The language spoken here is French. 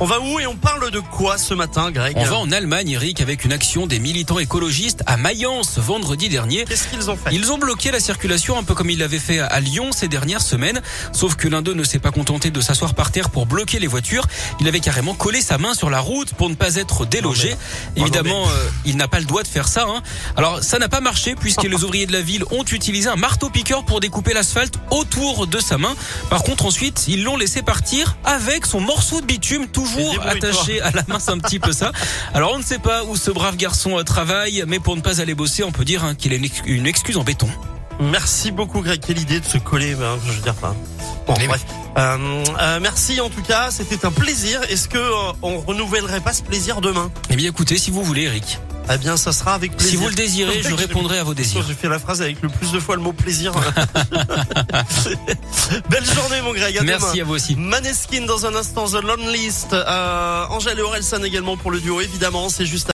On va où et on parle de quoi ce matin, Greg On va en Allemagne, Eric, avec une action des militants écologistes à Mayence vendredi dernier. Qu'est-ce qu'ils ont fait Ils ont bloqué la circulation un peu comme ils l'avaient fait à Lyon ces dernières semaines, sauf que l'un d'eux ne s'est pas contenté de s'asseoir par terre pour bloquer les voitures, il avait carrément collé sa main sur la route pour ne pas être délogé. Évidemment, euh, il n'a pas le droit de faire ça. hein. Alors ça n'a pas marché puisque les ouvriers de la ville ont utilisé un marteau-piqueur pour découper l'asphalte autour de sa main. Par contre, ensuite, ils l'ont laissé partir avec son morceau de bitume toujours débrouille-toi. attaché à la main, c'est un petit peu ça. Alors on ne sait pas où ce brave garçon euh, travaille, mais pour ne pas aller bosser, on peut dire hein, qu'il a une ex- une excuse en béton. Merci beaucoup, Greg. Quelle idée de se coller, ben, je veux dire pas. Bon, Mais bref. Euh, euh, merci en tout cas, c'était un plaisir. Est-ce que euh, on renouvellerait pas ce plaisir demain Eh bien écoutez, si vous voulez, Eric, Eh bien, ça sera avec plaisir. si vous le désirez, je répondrai à vos désirs. J'ai fait la phrase avec le plus de fois le mot plaisir. Belle journée, mon Greg. À demain. Merci à vous aussi. Maneskin dans un instant, The Lonely List. Euh, Angèle et Orelsan également pour le duo, évidemment. C'est juste